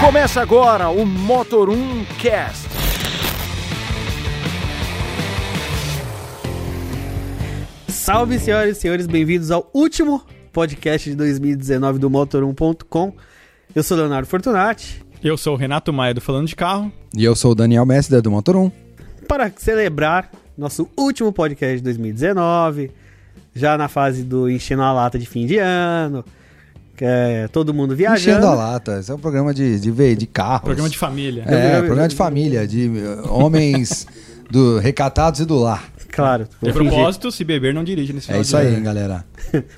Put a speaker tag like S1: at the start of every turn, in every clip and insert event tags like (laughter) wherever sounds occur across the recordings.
S1: Começa agora o Motor 1 Cast.
S2: Salve, senhoras e senhores, bem-vindos ao último podcast de 2019 do Motor1.com. Eu sou Leonardo Fortunati.
S3: Eu sou o Renato Maia do Falando de Carro.
S4: E eu sou o Daniel Mestre do Motor 1.
S2: Para celebrar nosso último podcast de 2019, já na fase do enchendo a lata de fim de ano, que é todo mundo viajando.
S4: Enchendo a lata. Esse é um programa de, de, ve- de carros.
S3: Programa de família.
S4: É, programa, de família, de eh,
S3: (laughs)
S4: homens do recatados e do lar.
S2: Claro. vou
S3: De
S2: fingir.
S3: propósito, se beber, não dirige nesse
S4: É
S3: final de
S4: isso aí, hein,
S3: ano.
S4: galera.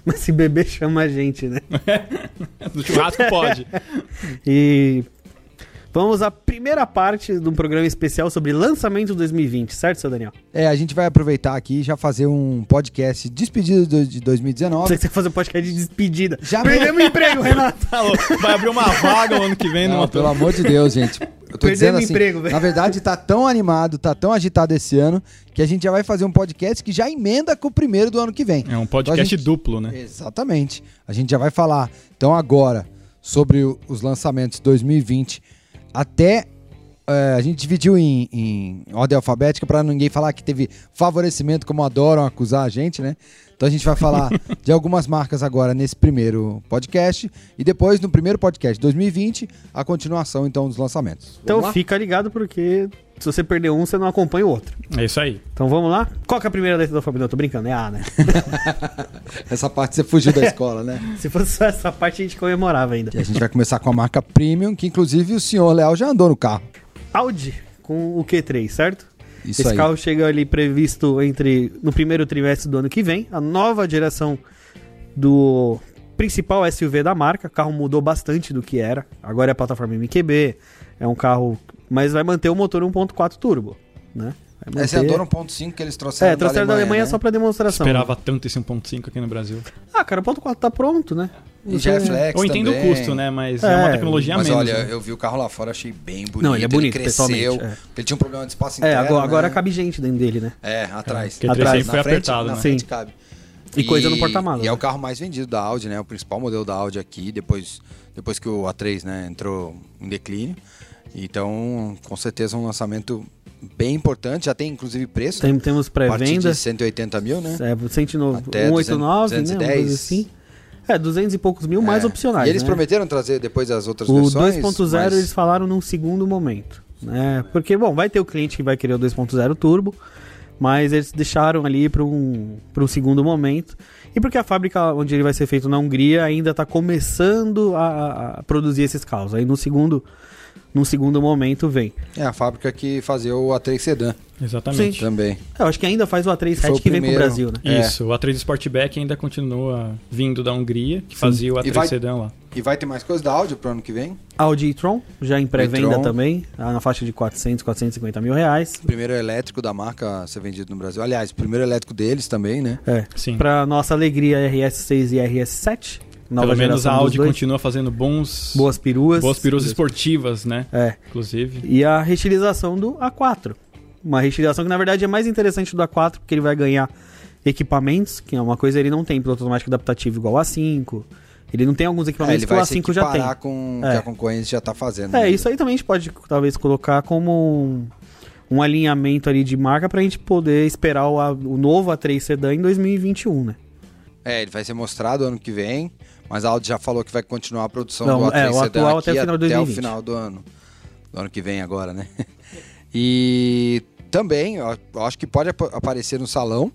S2: Mas se beber chama a gente, né?
S3: (laughs) No churrasco pode.
S2: E vamos à primeira parte de um programa especial sobre lançamento 2020, certo, seu Daniel?
S4: É, a gente vai aproveitar aqui e já fazer um podcast despedido do- de 2019.
S2: Você que você fazer um podcast de despedida.
S4: Já
S2: Perdemos o emprego, Renato!
S3: Tá louco. Vai abrir uma vaga o ano que vem
S4: Não,
S3: no motor.
S4: Ah, pelo amor de Deus, gente. Eu tô
S2: Perdemos
S4: dizendo
S2: o
S4: assim,
S2: emprego, velho.
S4: na verdade tá tão animado, tá tão agitado esse ano, que a gente já vai fazer um podcast que já emenda com o primeiro do ano que vem.
S3: É um podcast
S4: Então a gente-
S3: duplo, né?
S4: Exatamente. A gente já vai falar, então, agora, sobre o- os lançamentos 2020 até. eh, a gente dividiu em, em ordem alfabética para ninguém falar que teve favorecimento, como adoram acusar a gente, né? Então a gente vai (laughs) falar de algumas marcas agora nesse primeiro podcast e depois no primeiro podcast 2020 a continuação então dos lançamentos.
S2: Então
S4: Vamos lá?
S2: fica ligado porque se você perder um, você não acompanha o outro.
S3: É isso aí.
S2: Então vamos lá? Qual que é a primeira letra do alfabeto? Eu tô brincando, é A,
S4: (laughs)
S2: né?
S4: essa parte você fugiu (laughs) da escola, né?
S2: se fosse só essa parte, a gente comemorava ainda.
S4: E a gente vai começar com a marca Premium, que inclusive o senhor Léo já andou no carro.
S2: Audi com o Q3, certo?
S4: Isso
S2: Esse
S4: aí.
S2: carro chega ali previsto entre no primeiro trimestre do ano que vem, a nova geração do principal SUV da marca. O carro mudou bastante do que era. Agora é a plataforma MQB, é um carro, mas vai manter o motor 1.4 turbo, né? Vai
S4: Essa é a
S2: manter-
S4: Dora 1.5 que eles trouxeram
S2: É, trouxeram da Alemanha
S4: né?
S2: só pra demonstração.
S3: Esperava tanto esse 1.5 aqui no Brasil.
S2: Ah, cara, o ponto 4 tá pronto, né?
S4: E já é flex
S3: Eu entendo o
S4: também.
S3: custo, né? Mas é,
S2: É,
S3: uma tecnologia a
S4: Mas
S3: menos.
S4: olha,
S3: né?
S4: eu vi o carro lá fora, achei bem bonito.
S2: Não, ele é bonito,
S4: cresceu,
S2: pessoalmente, é.
S4: Ele tinha um problema de espaço
S2: É,
S4: interno.
S2: agora, agora
S4: né?
S2: cabe gente dentro dele, né?
S4: É, atrás.
S3: Porque ele
S2: Atrás,
S3: sempre foi
S4: na frente,
S3: apertado,
S4: na
S3: né?
S4: frente
S2: Sim.
S4: cabe.
S2: E coisa no porta-malas,
S4: E é
S2: né?
S4: o carro mais vendido da Audi, né? O principal modelo da Audi aqui, depois, depois que o A3 né, entrou em declínio. Então, com certeza, um lançamento bem importante. Já tem, inclusive, preço. né?
S2: Tem, temos
S4: a partir
S2: pré-venda.
S4: de 180 mil, né?
S2: É, 109, 189, né?
S4: Até
S2: Uma
S4: 210.
S2: coisa assim. É, 200 e poucos mil, mais
S4: É.
S2: opcionais.
S4: E eles
S2: né?
S4: prometeram trazer depois as outras
S2: O
S4: versões.
S2: 2.0
S4: mas-
S2: eles falaram num segundo momento. Né? Porque, bom, vai ter o cliente que vai querer o 2.0 turbo, mas eles deixaram ali para um, pra um segundo momento. E porque a fábrica onde ele vai ser feito na Hungria ainda está começando a, a produzir esses carros. Aí no segundo, num segundo momento vem.
S4: É a fábrica que fazia o A3 Sedan
S3: Exatamente.
S4: também.
S2: É, Eu acho que ainda faz o A3
S4: Foi o
S2: hatch que vem pro
S4: primeiro.
S2: Brasil, né?
S4: É.
S3: Isso, o A3 Sportback ainda continua vindo da Hungria, que fazia o
S4: E
S3: A3
S4: vai-
S3: Sedan lá.
S4: E vai ter mais coisa da Audi pro ano que vem?
S2: Audi e-tron, já em pré-venda
S4: e-tron.
S2: também, ah, na faixa de 400, 450 mil reais.
S4: O primeiro elétrico da marca a ser vendido no Brasil. Aliás, o primeiro elétrico deles também, né?
S2: É.
S3: Sim.
S2: Pra nossa alegria, RS6 e RS7. Nova
S3: Pelo menos
S2: geração
S3: a
S2: dos
S3: Audi
S2: dois.
S3: continua fazendo bons, boas,
S2: Boas peruas.
S3: peruas esportivas, né?
S2: É.
S3: Inclusive.
S2: E a restilização do A4. Uma restilização que, na verdade, é mais interessante do A4, porque ele vai ganhar equipamentos, que é uma coisa que ele não tem, piloto automático adaptativo igual o A5. Ele não tem alguns
S4: É,
S2: equipamentos
S4: ele
S2: que o
S4: vai se
S2: A5 já tem.
S4: equiparar com o que
S2: É.
S4: a concorrência já tá fazendo.
S2: É,
S4: né?
S2: isso aí também a gente pode, talvez, colocar como um, um alinhamento ali de marca pra gente poder esperar o, A- o novo A3 Sedan em 2021, né?
S4: É, ele vai ser mostrado ano que vem, mas a Audi já falou que vai continuar a produção
S2: Não,
S4: do A3
S2: é, o
S4: Sedan
S2: atual
S4: aqui
S2: até o final de
S4: até o
S2: 2020.
S4: final do ano. Do ano que vem agora, né? (laughs) E também, eu eu acho que pode ap- aparecer no salão.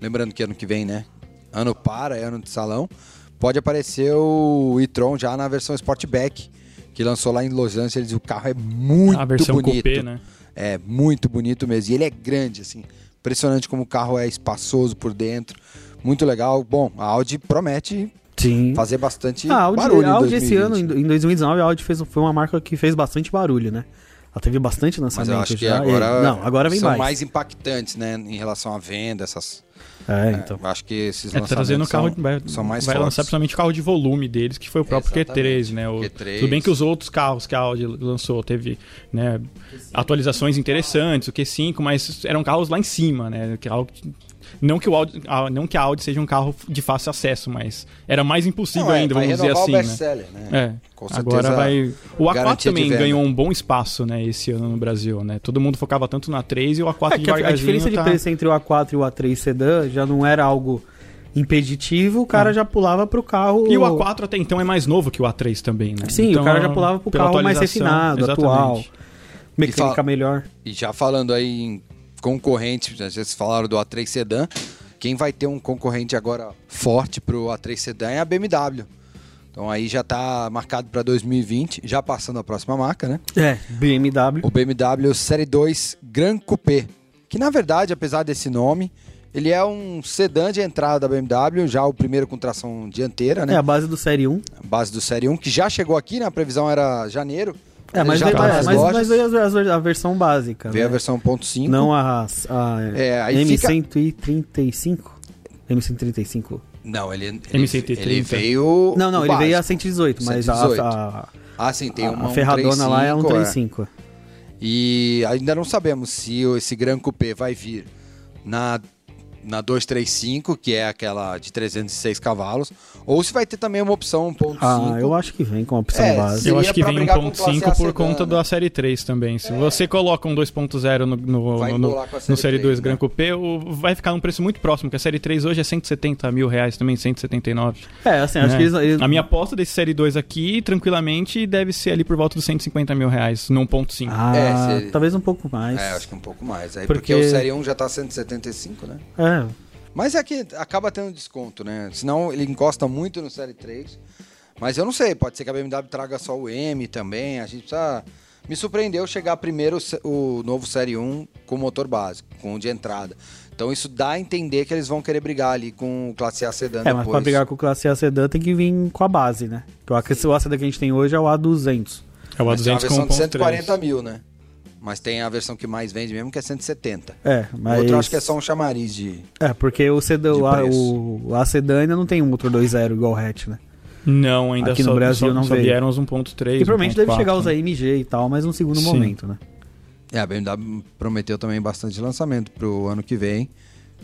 S4: Lembrando que ano que vem, né? Ano para, é ano de salão. Pode aparecer o e-tron já na versão Sportback, que lançou lá em Los Angeles. O carro é muito
S3: a versão
S4: bonito.
S3: coupé, né?
S4: É muito bonito mesmo. E ele é grande, assim. Impressionante como o carro é espaçoso por dentro. Muito legal. Bom, a Audi promete
S2: Sim.
S4: fazer bastante
S2: Ah, A Audi,
S4: barulho.
S2: a
S4: em
S2: Audi esse
S4: 2020.
S2: ano, em do- em 2019, a Audi fez, foi uma marca que fez bastante barulho, né? Ela teve bastante
S4: Mas
S2: lançamento
S4: eu acho que
S2: já.
S4: agora,
S2: e- não, agora vem
S4: são
S2: mais.
S4: mais. impactantes, né? Em relação à venda, essas.
S2: É,
S4: é,
S2: então.
S4: eu acho que esses
S3: É,
S4: lançamentos
S3: trazendo o carro.
S4: são,
S3: vai
S4: são mais
S3: vai
S4: fortes.
S3: lançar principalmente o carro de volume deles, que foi o próprio Q3,
S4: Exatamente,
S3: né? O,
S4: Q3.
S3: Tudo bem que os outros carros que a Audi lançou teve né, atualizações interessantes, o Q5, mas eram carros lá em cima, né? Que algo que Não que, o Audi, ah, não que a Audi seja um carro de fácil acesso, mas era mais impossível
S4: Não, é,
S3: ainda,
S4: vai
S3: vamos dizer
S4: renovar
S3: assim,
S4: o
S3: né?
S4: best-seller, né?
S3: É.
S4: Com
S3: Agora
S4: certeza,
S3: vai. O A4
S4: garantia de
S3: também
S4: venda.
S3: ganhou um bom espaço, né, esse ano no Brasil, né? Todo mundo focava tanto na 3 e o A4
S2: É que a- a
S3: devagarzinho
S2: diferença de
S3: tá-
S2: preço entre o A4 e o A3 sedã já não era algo impeditivo, o cara já pulava pro carro.
S3: E o A4 até então é mais novo que o A3 também, né?
S2: Tipo, Sim, o
S3: Então,
S2: cara já
S3: a-
S2: pulava pro
S3: pela
S2: carro mais
S3: atualização,
S2: refinado, atual. Mecânica
S4: E fala-
S2: melhor.
S4: E já falando aí em concorrente, né, vocês falaram do A3 Sedan, quem vai ter um concorrente agora forte pro A3 Sedan é a BMW. Então aí já tá marcado para 2020, já passando a próxima marca, né?
S2: É, BMW.
S4: O BMW Série 2 Gran Coupé, que na verdade, apesar desse nome, ele é um sedã de entrada da BMW, já o primeiro com tração dianteira,
S2: É
S4: né?
S2: a base do Série 1.
S4: A base do Série 1, que já chegou aqui, né? A previsão era janeiro.
S2: É, mas,
S4: já
S2: veio,
S4: tá
S2: é,
S4: nas
S2: mas,
S4: lojas.
S2: mas veio a, a- a versão básica.
S4: Veio a
S2: né?
S4: versão 1.5.
S2: Não a, a
S4: É, aí
S2: M135. M135.
S4: Não, ele, ele,
S3: MC30.
S4: ele veio.
S2: Não, não,
S4: o
S2: ele veio a
S4: básico.
S2: 118, mas a-
S4: 118.
S2: a, a,
S4: Ah, sim, tem
S2: a
S4: uma um
S2: ferradona lá é um
S4: 35,
S2: 35.
S4: E ainda não sabemos se o- esse Gran Coupé vai vir na, na 235, que é aquela de 306 cavalos, ou se vai ter também uma opção 1.5.
S2: Ah, eu acho que vem com a opção
S4: É,
S2: base.
S4: Seria
S3: Eu acho que
S4: pra
S3: vem
S4: brigar com o classe A
S3: 1.5 por
S4: sedã,
S3: conta
S4: né?
S3: da série 3 também. Se você coloca um 2.0 no, no,
S4: Vai
S3: no, no,
S4: embolar com a série
S3: no série 2
S4: três, né?
S3: Gran Coupé, o- vai ficar um preço muito próximo, porque a série 3 hoje é 170 mil reais também, 179.
S2: É, assim, acho
S3: né?
S2: que eles, eles-
S3: A minha aposta desse série 2 aqui, tranquilamente, deve ser ali por volta dos 150 mil reais, no 1.5.
S2: Ah,
S4: É, se-
S2: talvez um pouco mais.
S4: É,
S2: É,
S4: acho que um pouco mais. Aí, porque...
S2: Porque-
S4: o Série 1 já tá 175, né? Mas é que acaba tendo desconto, né? Senão ele encosta muito no Série 3. Mas eu não sei, pode ser que a BMW traga só o M também. A gente precisa. Me surpreendeu chegar primeiro o sé- o novo Série 1 com motor básico, com o de entrada. Então isso dá a entender que eles vão querer brigar ali com o Classe A Sedan
S2: É, mas
S4: tá depois.
S2: pra brigar com o classe A sedã tem que vir com a base, né? Porque o AC- o A sedã que a gente tem hoje é o A200.
S3: É o
S4: Mas tem uma
S3: A200 com
S4: versão de 140
S3: 1.3.
S4: mil, né? Mas tem a versão que mais vende mesmo, que é 170.
S2: É, mas...
S4: O outro eu acho que é só um chamariz de...
S2: É, porque o, sedã,
S4: De
S2: o, A-
S4: preço.
S2: o, o A sedã ainda não tem um motor 2.0 igual o hatch, né?
S3: Não, ainda
S2: Aqui no
S3: só,
S2: Brasil
S3: só,
S2: não
S3: só
S2: veio.
S3: vieram os 1.3.
S2: E provavelmente deve
S3: 1.4,
S2: chegar os
S3: né?
S2: AMG e tal, mas num segundo
S3: Sim.
S2: momento, né?
S4: É, a BMW prometeu também bastante lançamento pro ano que vem.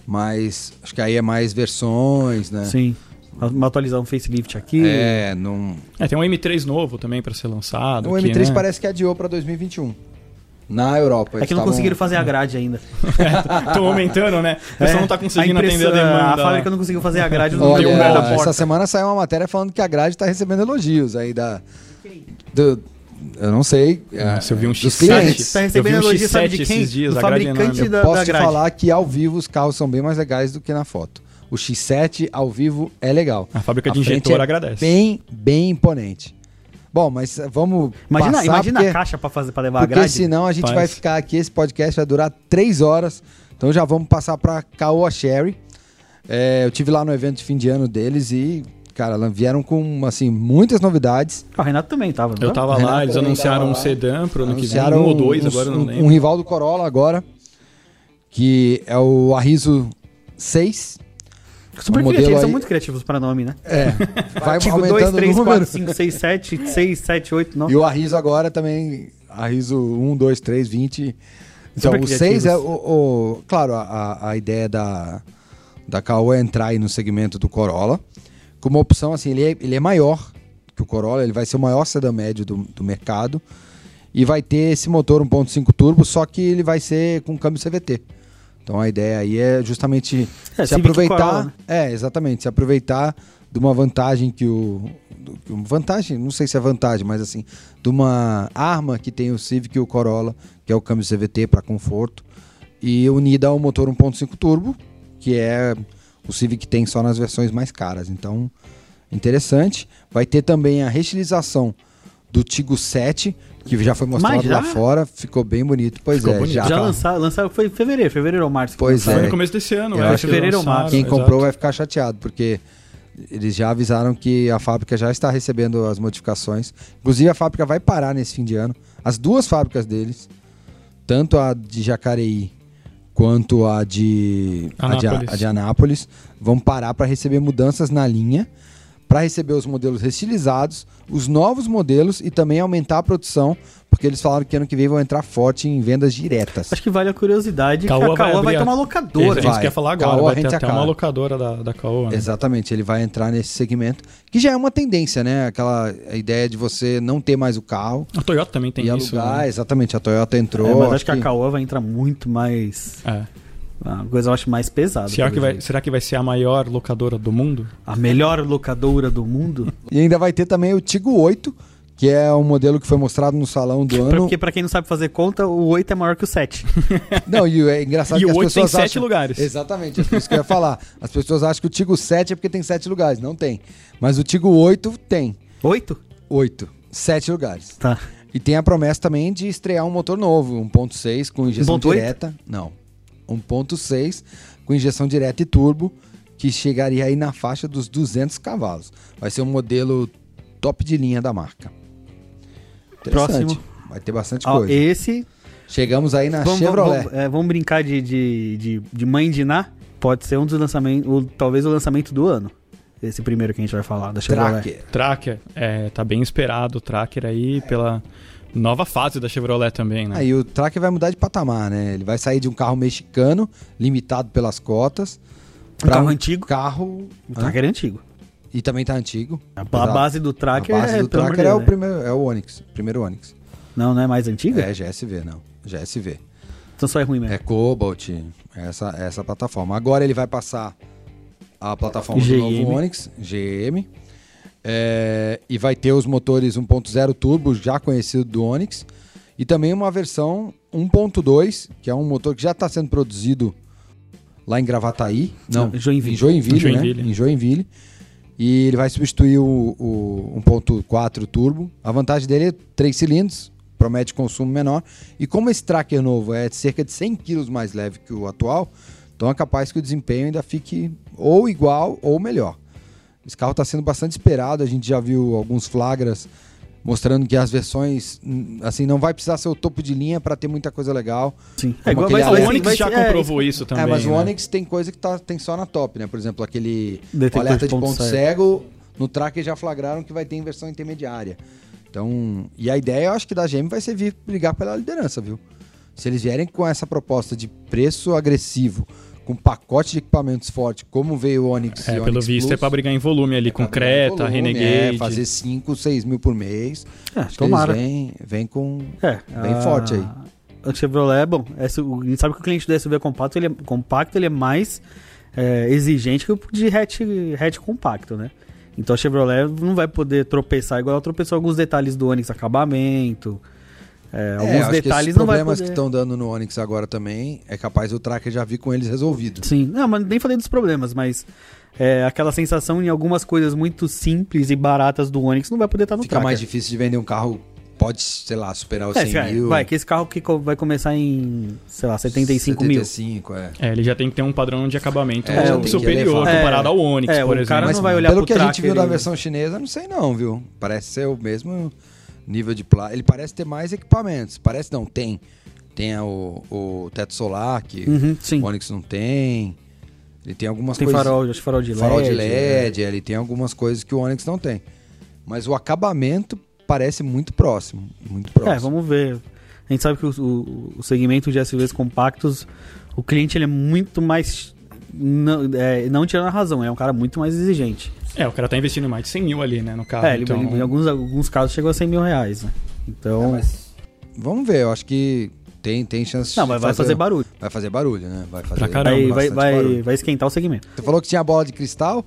S4: Mas acho que aí é mais versões, né?
S2: Sim. Uma atualizar um facelift aqui.
S4: É, não.
S3: É. É, tem um M3 novo também pra ser lançado.
S4: O
S3: aqui,
S4: M3
S3: né?
S4: parece que adiou pra 2021. Na
S2: É
S4: Europa. eles
S2: que não
S3: tá
S4: estavam-
S2: conseguiram fazer a grade ainda.
S3: (laughs) Estão aumentando, né? O pessoal
S2: É,
S3: não tá conseguindo
S2: a
S3: atender a
S2: impressora-
S3: demanda. né?
S2: A fábrica não conseguiu fazer a grade não
S4: Olha,
S2: tem um lugar na
S4: essa
S2: porta.
S4: semana saiu uma matéria falando que a grade tá recebendo elogios aí da. do- eu não sei.
S3: Nossa, eu vi um
S4: dos
S3: X7.
S4: clientes.
S2: Tá recebendo
S3: Eu vi um
S2: elogio, sabe
S3: X7
S2: de quem?
S3: esses dias,
S2: do
S3: a grade
S2: fabricante
S3: enorme.
S2: da,
S4: Posso
S2: da
S4: te
S2: grade.
S4: falar que ao vivo os carros são bem mais legais do que na foto. O X7 ao vivo é legal.
S3: A fábrica de
S4: A frente
S3: injetor
S4: é
S3: agradece.
S4: Bem, bem imponente. Bom, mas eh, vamos.
S2: Imagina,
S4: passar
S2: imagina
S4: porque,
S2: a caixa pra, fazer, pra levar a
S4: Porque
S2: grade.
S4: senão a gente
S3: Faz.
S4: vai ficar aqui, esse podcast vai durar três horas. Então já vamos passar para Caoa Sherry. É, eu tive lá no evento de fim de ano deles e, cara, lá vieram com assim muitas novidades.
S2: Ah, o Renato também tava. não
S3: Eu
S2: tá?
S3: tava
S4: Renato
S3: lá, eles
S4: também tava
S3: anunciaram
S4: lá.
S3: um sedã pro ano que vem,
S4: Anunciaram
S3: um ou dois,
S4: um,
S3: agora eu não
S4: um,
S3: lembro.
S4: um rival do Corolla agora, que é o Arriso 6.
S2: Super
S4: um modelo
S2: criativos, são
S4: aí-
S2: muito Tipo, criativos pra nome, né?
S4: É,
S2: (laughs)
S4: vai
S2: Artigo
S4: aumentando
S2: 2, 3,
S4: o número.
S2: 4, 5, 6, 7, 6, 7, 8, 9.
S4: E o Arriso agora também, Arriso 1, 2, 3, 20. Então,
S2: Super
S4: o 6
S2: criativos.
S4: é o, o- Claro, a- a, a ideia da, da Caoa é entrar aí no segmento do Corolla. Com uma opção assim, ele é, ele é maior que o Corolla, ele vai ser o maior sedã médio do, do mercado. E vai ter esse motor 1.5 turbo, só que ele vai ser com câmbio CVT. Então a ideia aí é justamente
S2: É,
S4: se
S2: Civic
S4: aproveitar.
S2: Corolla, né?
S4: É, exatamente, se aproveitar de uma vantagem que o. do- que um- Vantagem, não sei se é vantagem, mas assim, de uma arma que tem o Civic e o Corolla, que é o câmbio CVT para conforto, e unida ao motor 1.5 turbo, que é o Civic tem só nas versões mais caras. Então, interessante. Vai ter também a reestilização do Tigo 7, que já foi mostrado
S2: Mas já?
S4: lá fora, ficou bem bonito. Pois
S3: Ficou
S4: é,
S3: bonito.
S4: já.
S2: Já lançaram, lançaram, foi em fevereiro, fevereiro ou março. que
S4: Pois
S2: lançaram.
S3: Foi
S4: é.
S3: no começo desse ano,
S4: Eu
S3: é,
S4: acho
S3: que
S2: que né? fevereiro ou
S3: lançaram,
S2: março.
S4: Quem
S3: exato.
S4: comprou vai ficar chateado, porque eles já avisaram que a fábrica já está recebendo as modificações. Inclusive, a fábrica vai parar nesse fim de ano. As duas fábricas deles, tanto a de Jacareí quanto a de a de,
S3: Anápolis.
S4: a de Anápolis, vão parar para receber mudanças na linha, para receber os modelos restilizados, os novos modelos e também aumentar a produção, porque porque eles falaram que ano que vem vão entrar forte em vendas diretas.
S2: Acho que vale a curiosidade que
S3: Caoa
S2: a
S3: vai
S2: Caoa vai,
S3: abrir
S2: ter
S3: a-
S2: uma locadora.
S3: Isso, a gente
S4: vai.
S3: quer falar agora,
S4: Caoa
S3: vai ter
S4: rente a
S3: até uma
S4: cara.
S3: locadora da, da Caoa. né?
S4: Exatamente, ele vai entrar nesse segmento, que já é uma tendência, né? Aquela ideia de você não ter mais o carro
S3: A Toyota também tem
S4: e
S3: isso.
S4: alugar.
S3: né?
S4: Exatamente, a Toyota
S2: É,
S4: entrou.
S2: mas acho que a Caoa vai entrar muito mais.
S3: É.
S2: Uma coisa eu acho mais pesada.
S3: Será, é que
S2: talvez,
S3: vai, será que vai ser a maior locadora do mundo?
S2: né? A melhor locadora do mundo?
S4: E ainda vai ter também o Tigo 8, que é um modelo que foi mostrado no salão do
S2: Pra-
S4: ano.
S2: Porque pra quem não sabe fazer conta, o 8 é maior que o
S4: (laughs)
S2: 7.
S4: Não, e é engraçado
S3: e
S4: que
S3: o
S4: as
S3: 8 tem
S4: pessoas
S3: 7
S4: acham...
S3: lugares.
S4: Exatamente, é por isso que eu ia falar. As pessoas acham que o Tigo 7 é porque tem 7 lugares, não tem. Mas o Tigo 8 tem
S2: 8?
S4: 8, 7 lugares.
S2: Tá.
S4: E tem a promessa também de estrear um motor novo, 1.6 com injeção
S2: 1.8?
S4: direta. Não. 1.6 com injeção direta e turbo, que chegaria aí na faixa dos 200 cavalos. Vai ser um modelo top de linha da marca. Interessante.
S2: Próximo.
S4: Vai ter bastante
S2: Ó,
S4: coisa.
S2: esse.
S4: Chegamos aí na
S2: Vamos, vamos,
S4: Chevrolet.
S2: vamos, é, vamos brincar de, de, de, de mãe de Ná. Pode ser um dos lançamentos. ou Talvez o lançamento do ano. Esse primeiro que a gente vai falar da Chevrolet.
S4: Tracker.
S3: Tracker, é, tá bem esperado o Tracker aí pela nova fase da Chevrolet também,
S2: É.
S3: né?
S4: Aí o Tracker vai mudar de patamar, né? Ele vai sair de um carro mexicano, limitado pelas cotas,
S2: Um
S4: pra
S2: carro
S4: um
S2: antigo.
S4: carro.
S2: O
S4: Hã?
S2: Tracker é antigo.
S4: E também tá antigo.
S2: A,
S4: Exato.
S2: base do Tracker
S4: a base
S2: é,
S4: do
S2: pelo amor
S4: Tracker
S2: de
S4: é
S2: Deus,
S4: o
S2: né?
S4: primeiro, é o Onix, primeiro Onix.
S2: Não, não é mais antiga?
S4: É GSV, não. GSV.
S2: Então só é ruim mesmo.
S4: É Cobalt, essa, é essa plataforma. Agora ele vai passar a plataforma do
S2: GM.
S4: novo Onix, GM. é, e vai ter os motores 1.0 turbo, já conhecido do Onix. E também uma versão 1.2, que é um motor que já está sendo produzido lá em Gravataí. Não,
S2: Não, Joinville.
S4: em Joinville,
S3: Em Joinville.
S4: né? Em Joinville. E ele vai substituir o, o 1.4 turbo. A vantagem dele é 3 cilindros, promete consumo menor. E como esse tracker novo é de cerca de 100 kg mais leve que o atual, então é capaz que o desempenho ainda fique ou igual ou melhor. Esse carro está sendo bastante esperado, a gente já viu alguns flagras mostrando que as versões, hum, assim, não vai precisar ser o topo de linha para ter muita coisa legal.
S2: Sim.
S4: Como
S2: igual-
S4: aquele
S3: Ah,
S4: Alex-
S3: o Onix
S2: vai-
S3: já
S2: é,
S3: comprovou isso também.
S4: é, mas o
S3: né?
S4: Onix tem coisa que tá, tem só na top, né? Por exemplo, aquele
S2: Detector de
S4: alerta de
S2: ponto
S4: ponto,
S2: cego.
S4: cego. no tracker já flagraram que vai ter em versão intermediária. Então, e a ideia, eu acho que da GM vai ser vir brigar pela liderança, viu? Se eles vierem com essa proposta de preço agressivo, com pacote de equipamentos forte, como veio o Onix
S3: É,
S4: e o
S3: pelo
S4: Onix
S3: visto
S4: Plus,
S3: é pra brigar em volume ali, com
S4: pra brigar em
S3: Creta,
S4: volume,
S3: Renegade.
S4: É, fazer 5, 6 mil por mês.
S2: É,
S4: Acho que
S2: tomara.
S4: eles vêm, vêm com...
S2: É,
S4: Bem forte aí.
S2: O Chevrolet é bom. É su- o- a gente sabe que o cliente do SUV compacto ele é, compacto, ele é mais é, exigente que o de hatch, hatch compacto, né? Então a Chevrolet não vai poder tropeçar igual ela tropeçou alguns detalhes do Onix acabamento. é,
S4: É,
S2: alguns
S4: acho que
S2: detalhes
S4: esses
S2: não vai
S4: problemas
S2: poder.
S4: que estão dando no Onix agora também, é capaz o tracker já vir com eles resolvidos.
S2: Sim, não, mas nem falei dos problemas, mas é, aquela sensação em algumas coisas muito simples e baratas do Onix não vai poder estar no
S4: Fica
S2: Tracker.
S4: mais difícil de vender um carro, pode, sei lá, superar os
S2: É,
S4: 100
S2: cara,
S4: mil.
S2: vai, que esse carro que co- vai começar em, sei lá, 75 mil.
S4: 75, é.
S3: É, ele já tem que ter um padrão de acabamento
S4: É,
S2: já tem que
S3: superior
S4: elevar.
S3: comparado
S2: É,
S3: ao Onix,
S2: é,
S3: por
S2: o
S3: exemplo.
S2: cara
S3: Mas
S2: não vai olhar
S4: Pelo
S2: pro
S4: que a gente
S2: tracker
S4: viu da
S2: e-
S4: versão chinesa, não sei não, viu? Parece ser o mesmo nível de plástico. Ele parece ter mais equipamentos. Parece não, tem. Tem a- o, o teto solar, que
S2: Uhum, sim.
S4: o Onix não tem. Ele tem algumas
S2: Tem
S4: coisas...
S2: farol, acho que farol de LED.
S4: farol de
S2: né?
S4: LED, ele tem algumas coisas que o Onix não tem. Mas o acabamento parece muito próximo, muito próximo.
S2: É, vamos ver. A gente sabe que o, o- o segmento de SUVs compactos, o cliente ele é muito mais. Não, é, não tirando a razão, é um cara muito mais exigente.
S3: É, o cara tá investindo mais de 100 mil ali, né, no
S4: Ah,
S3: carro.
S2: é, ele,
S3: então...
S2: ele-
S4: um
S2: em alguns, alguns casos chegou a 100 mil reais, né? Então.
S4: É, Vamos ver, eu acho que tem, tem chance
S2: não, mas vai fazer barulho.
S4: Vai fazer barulho, né? Vai fazer
S3: Pra caramba.
S2: Vai- vai,
S4: bastante
S2: vai,
S4: barulho.
S2: vai esquentar o segmento.
S4: Você falou que tinha bola de cristal?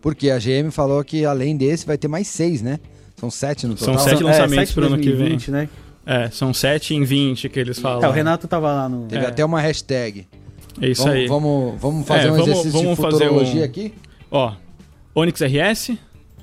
S4: Porque a GM falou que além desse vai ter mais seis, né? São sete no total.
S3: São sete
S2: São-
S3: lançamentos
S2: Então, é, sete
S3: pro ano que vem.
S2: 2020, Né?
S3: É, são 7 em 20 que eles
S4: Tá
S3: falam.
S2: É, o Renato tava lá no.
S4: Teve
S3: É.
S4: até uma hashtag.
S3: É isso
S4: vamos,
S3: aí.
S4: Vamos, vamos
S3: É,
S4: fazer um
S3: vamos-
S4: exercício
S3: vamos
S4: de
S3: fazer
S4: futurologia
S3: um-
S4: aqui?
S3: Ó, Onix RS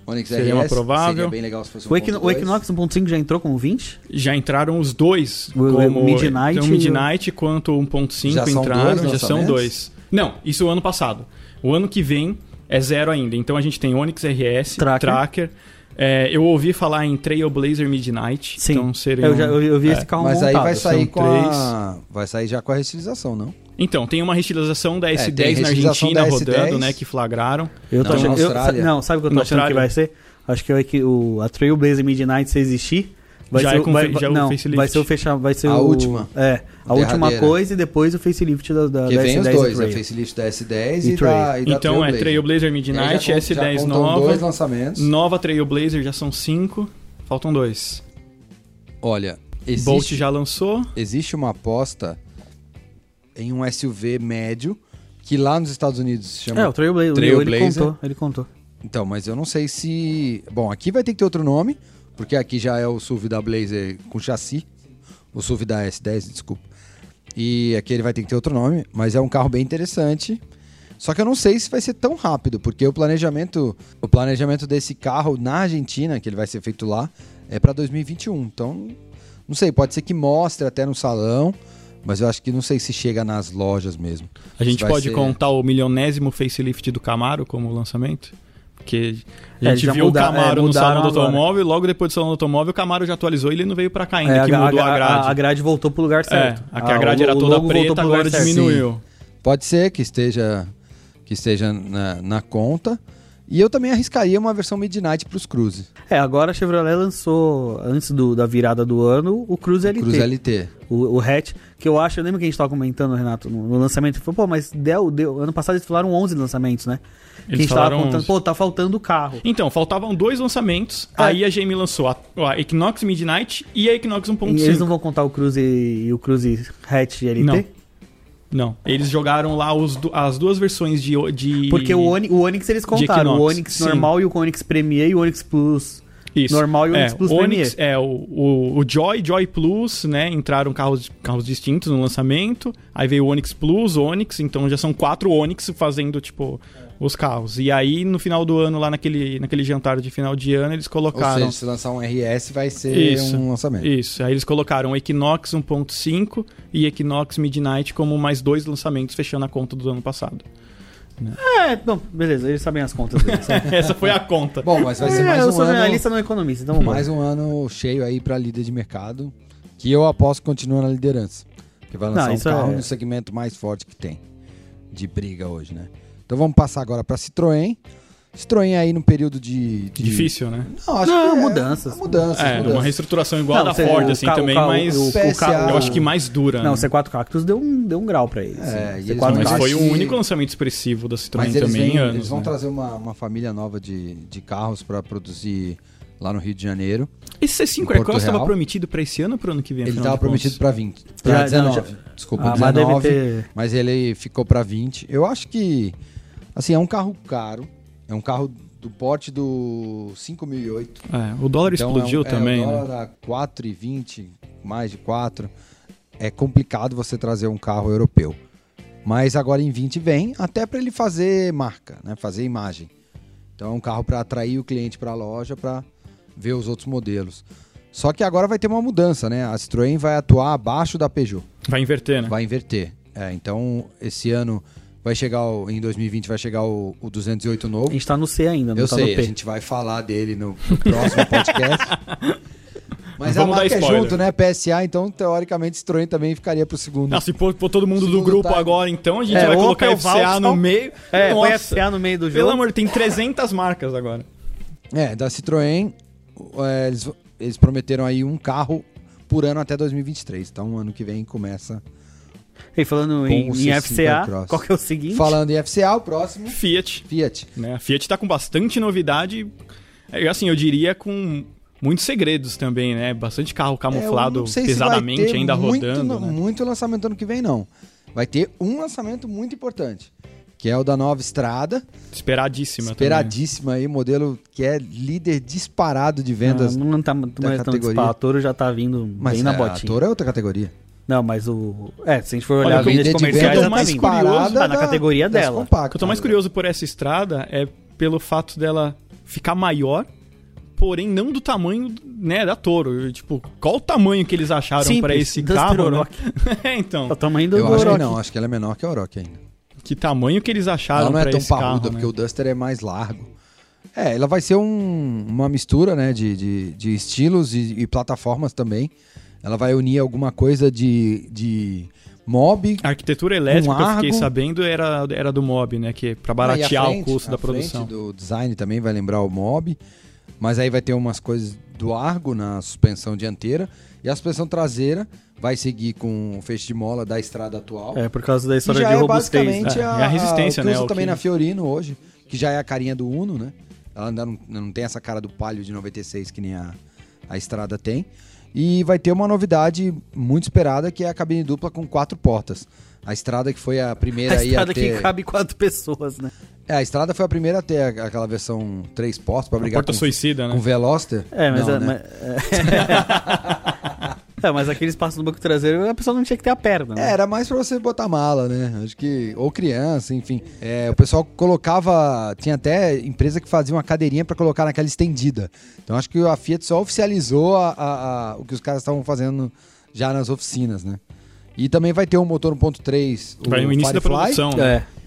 S4: Onix
S3: Seria
S4: RS,
S3: uma provável.
S4: Seria bem legal se fosse um
S2: O, Equino, o
S4: 1.2.
S2: Equinox 1.5 já entrou com 20?
S3: já entraram os dois.
S2: O- o Midnight
S3: então,
S2: e o-
S3: Midnight quanto o 1.5
S4: Já são
S3: entraram,
S4: dois
S3: já são
S4: lançamentos?
S3: dois. Não, isso o ano passado. O ano que vem é zero ainda. Então a gente tem Onix RS,
S2: Tracker.
S3: Tracker. É, eu ouvi falar em Trailblazer Midnight.
S2: Sim.
S3: Então seriam...
S2: eu, já, eu, eu vi
S3: é.
S2: esse carro
S4: Mas aí
S2: montado. assim.
S4: vai sair
S3: são
S4: com a... Vai sair já com a restilização, não?
S3: Então, tem uma restilização da S10
S4: É, tem
S3: na
S4: restilização
S3: Argentina
S4: da
S3: rodando,
S4: S10.
S3: né? Que flagraram.
S2: Eu tô
S4: Não,
S2: achando,
S4: na
S2: eu-
S4: Austrália.
S2: sa- não, sabe o que eu tô
S3: Na
S2: achando que
S3: Austrália.
S2: vai ser? Acho que, é que o, a Trailblazer Midnight, se existir, Vai
S3: Já
S2: ser,
S3: é
S2: o-
S3: com
S2: vai,
S3: fe- já é o
S2: não,
S3: facelift.
S2: vai ser o fechar, vai ser
S4: A
S2: o-
S4: última.
S2: É, a última
S4: Derradeira.
S2: coisa e depois o facelift da, da,
S4: Porque
S2: da
S4: vem os
S2: S10 e
S4: dois, a
S2: Trail.
S4: facelift da S10
S2: E
S4: e, da, e da
S3: Então é
S4: Trailblazer.
S3: Trailblazer
S4: E aí
S3: Midnight,
S4: já con- já
S3: S10
S4: contam
S3: nova,
S4: dois lançamentos.
S3: nova Trailblazer já são cinco, faltam dois.
S4: Olha,
S3: Bolt
S4: existe,
S3: já lançou,
S4: existe uma aposta em um SUV médio que lá nos Estados Unidos se chama
S2: É, o Trailblazer, ele
S4: Trailblazer.
S2: contou, ele contou.
S4: Então, mas eu não sei se. Bom, aqui vai ter que ter outro nome, porque aqui já é o SUV da Blazer com chassi. O SUV da S10, desculpa. E aqui ele vai ter que ter outro nome, mas é um carro bem interessante. Só que eu não sei se vai ser tão rápido, porque o planejamento, o planejamento desse carro na Argentina, que ele vai ser feito lá, é para 2021. Então, não sei, pode ser que mostre até no salão, mas eu acho que não sei se chega nas lojas mesmo.
S3: a gente
S4: Vai
S3: pode
S4: ser-
S3: contar o milionésimo facelift do Camaro como lançamento? Porque
S2: É,
S3: a
S2: eles
S3: gente
S2: já
S3: viu
S2: muda-
S3: o Camaro
S2: é,
S3: no
S2: mudaram
S3: salão do
S2: agora.
S3: automóvel, e logo depois do salão do automóvel o Camaro já atualizou e ele não veio pra cá ainda,
S2: É,
S3: que
S2: gra-
S3: mudou a grade.
S2: A, grade voltou pro lugar certo.
S3: É, a, que a
S2: Ah,
S3: grade
S2: o-
S3: era
S2: o
S3: toda
S2: logo voltou
S3: preta,
S2: pro lugar
S3: agora
S2: certo.
S3: diminuiu.
S4: Pode ser que esteja que esteja na, na conta. E eu também arriscaria uma versão Midnight para os Cruze,
S2: É, agora a Chevrolet lançou, antes do- da virada do ano, o Cruze LT.
S4: Cruze LT.
S2: O, o hatch, que eu acho, lembra que a gente tava comentando, Renato, no, no lançamento? Falou, pô, mas deu, deu. Ano passado eles falaram 11 lançamentos, né? que a
S3: Eles
S2: gente tava
S3: falaram
S2: contando,
S3: 11.
S2: pô, tá faltando o carro.
S3: Então, faltavam dois lançamentos,
S2: É.
S3: aí a GM lançou a, a Equinox Midnight e a Equinox
S2: E eles não
S3: 1.5.
S2: vão contar o Cruze e o Cruze Hatch LT?
S3: Não. Não, eles jogaram lá os du- as duas versões de... o- de
S2: Porque o, Oni- o Onix eles contaram. O
S3: Equinox,
S2: Onix
S3: sim.
S2: normal e o Onix Premier e o Onix Plus.
S3: Isso.
S2: normal e o Onix Plus
S3: Onix, é, o, o, o Joy, Joy Plus, né? Entraram carros, carros distintos no lançamento. Aí veio o Onix Plus, Onix, então já são quatro Onix fazendo, tipo, os carros. E aí, no final do ano, lá naquele, naquele jantar de final de ano, eles
S4: Ou
S3: colocaram.
S4: seja, se lançar um RS vai ser
S3: Isso.
S4: um lançamento.
S3: Isso, aí eles colocaram Equinox 1.5 e Equinox Midnight como mais dois lançamentos, fechando a conta do ano passado. (laughs)
S2: É, bom, beleza, eles sabem as contas deles. né?
S3: Essa foi a conta.
S4: Bom, mas (laughs) vai
S2: É,
S4: ser mais
S2: eu
S4: um
S2: sou
S4: ano,
S2: jornalista, não economista, então vamos lá.
S4: mais um ano cheio aí para líder de mercado, que eu aposto que continua na liderança, que vai lançar
S2: Não,
S4: um
S2: isso
S4: carro
S2: é-
S4: no segmento mais forte que tem de briga hoje, né? Então vamos passar agora para Citroën. Citroën aí num período de, de...
S3: Difícil, né?
S4: Não, acho
S2: Não,
S4: que é-
S2: mudanças.
S4: mudanças,
S3: É,
S4: mudanças.
S3: uma reestruturação igual
S2: Não,
S3: a da
S2: você-
S3: Ford,
S2: o
S3: assim,
S2: ca- o
S3: também,
S2: ca-
S3: mas
S2: o-
S4: o ca-
S3: eu acho que mais dura,
S2: Não, o
S3: né?
S2: C4 Cactus deu um, deu um grau pra eles.
S4: um É,
S2: né? C4
S4: e eles vão-
S2: Cactus.
S3: Mas foi
S4: acho
S3: o
S4: que-
S3: único lançamento expressivo da Citroën
S4: Mas eles,
S3: também
S4: vêm-
S3: em anos.
S4: eles vão
S3: né?
S4: trazer uma, uma família nova de, de carros para produzir lá no Rio de Janeiro.
S3: Esse C5
S4: Porto
S3: Aircross estava
S4: Real.
S3: prometido para esse ano ou para ano que vem?
S4: Ele
S3: afinal
S4: estava
S3: de contas?
S4: prometido para 20,
S2: Já-
S4: para
S2: não,
S4: 19. desculpa,
S2: Ah, mas deve
S4: 19.
S2: ter.
S4: Mas ele ficou para 20. Eu acho que assim é um carro caro, é um carro do porte do 5008.
S3: É, o dólar
S4: Então,
S3: explodiu
S4: é um-
S3: também,
S4: É, o
S3: né?
S4: dólar a 4,20, mais de 4. É complicado você trazer um carro europeu. Mas agora em 20 vem, até para ele fazer marca, né? fazer imagem. Então é um carro para atrair o cliente para a loja, para ver os outros modelos. Só que agora vai ter uma mudança, né? A Citroën vai atuar abaixo da Peugeot.
S3: Vai inverter, né?
S4: Vai inverter. É, então, esse ano vai chegar, o- em 2020, vai chegar o, o 208
S2: A
S4: novo.
S2: gente tá no C ainda, não
S4: Eu
S2: tá
S4: sei,
S2: no
S4: a
S2: P.
S4: gente vai falar dele no
S2: (laughs)
S4: próximo podcast. Mas
S3: Vamos
S4: a
S3: dar
S4: marca é
S3: spoiler.
S4: junto, né? PSA, então teoricamente Citroën também ficaria pro segundo.
S3: Ah, se pôr, pôr todo mundo do
S4: Segundo
S3: grupo
S4: time.
S3: agora, então, a gente
S2: É,
S3: vai
S2: Opel,
S3: colocar FCA
S2: Vauxhall.
S3: no meio.
S2: É, põe
S3: Nossa,
S2: FCA no meio do jogo.
S3: Pelo amor, tem 300 marcas agora.
S4: É, da Citroën, é, eles, eles prometeram aí um carro por ano até 2023. Então, ano que vem começa.
S2: E falando em,
S4: Com o
S2: em
S4: C5
S2: FCA,
S4: Cross.
S2: qual que é o seguinte?
S4: Falando em FCA, o próximo,
S3: Fiat.
S4: Fiat.
S3: né? A Fiat tá com bastante novidade. é, Assim, eu diria com muitos segredos também, né? Bastante carro
S4: É, eu
S3: camuflado
S4: não sei se vai
S3: pesadamente,
S4: ter
S3: ainda
S4: muito,
S3: rodando. né?
S4: Muito lançamento ano que vem, não. Vai ter um lançamento muito importante, que é o da nova Estrada.
S3: Esperadíssima também.
S4: Esperadíssima aí, modelo que é líder disparado de vendas.
S2: Ah, não tá mais
S4: da
S2: tanto
S4: categoria.
S2: disparado, a Toro já tá vindo
S4: mas
S2: bem na
S4: é, a
S2: botinha.
S4: Toro é outra categoria.
S2: Não, mas o... É, se a gente for
S3: Olha,
S2: olhar a
S3: o que
S2: venda de
S4: líder de é
S2: comerciais,
S4: venda
S2: já tá
S3: mais
S2: vindo.
S3: curioso-
S2: Tá na categoria
S4: das
S2: dela.
S4: compactas.
S3: O que eu tô mais curioso por essa estrada é pelo fato dela ficar maior, porém não do tamanho, né, da Toro. Eu, Tipo, qual o tamanho que eles acharam
S2: Simples,
S3: para esse
S2: Duster
S3: carro? Né?
S2: Oroch.
S3: (laughs) é, então,
S2: É o tamanho do
S4: Eu acho que
S2: Orochi.
S4: não, acho que ela é menor que a Oroch ainda.
S3: que tamanho que eles acharam
S4: ela não
S3: para
S4: é tão
S3: esse carro,
S4: parruda,
S3: né?
S4: porque o Duster é mais largo. É, ela vai ser um- uma mistura né, de, de, de estilos e, e plataformas também. Ela vai unir alguma coisa de, de mob.
S3: A arquitetura elétrica
S4: Um
S3: que eu fiquei
S4: Argo.
S3: sabendo era, era do Mob, né? Que é pra
S4: Ah, e a
S3: baratear
S4: frente-
S3: o custo
S4: a
S3: da
S4: frente
S3: produção.
S4: do design também vai lembrar o mob. Mas aí vai ter umas coisas do Argo na suspensão dianteira. E a suspensão traseira vai seguir com o feixe de mola da estrada atual.
S2: É, por causa da
S4: que
S2: história
S4: já
S2: de
S4: é
S2: robustez.
S4: basicamente
S3: né?
S4: a,
S3: É a resistência,
S4: o que
S3: né?
S4: usa
S3: O
S4: também
S3: que-
S4: na Fiorino hoje, que já é a carinha do Uno, né? Ela ainda não, não tem essa cara do Palio de 96 que nem a, a estrada tem. E vai ter uma novidade muito esperada, que é a cabine dupla com quatro portas. A estrada que foi a
S2: (laughs)
S4: primeira
S2: A
S4: aí a
S2: estrada
S4: ter...
S2: que cabe quatro pessoas, né?
S4: É, a estrada foi a primeira a ter a- aquela versão três portas para
S3: A
S4: brigar
S3: porta
S4: com,
S3: suicida,
S4: com
S3: né?
S4: Veloster.
S2: É, mas.
S4: Não,
S2: é,
S4: né?
S2: mas (laughs) é... É, mas aquele espaço no banco traseiro, a pessoa não tinha que ter a perna,
S4: É,
S2: né?
S4: era mais pra você botar mala, né? Acho que. Ou criança, enfim. É, o pessoal colocava. Tinha até empresa que fazia uma cadeirinha pra colocar naquela estendida. Então acho que a Fiat só oficializou a- a- a- o que os caras estavam fazendo já nas oficinas, né? E também vai ter um motor 1.3.
S3: Vai no início da
S4: Firefly.
S3: produção, né?
S2: É.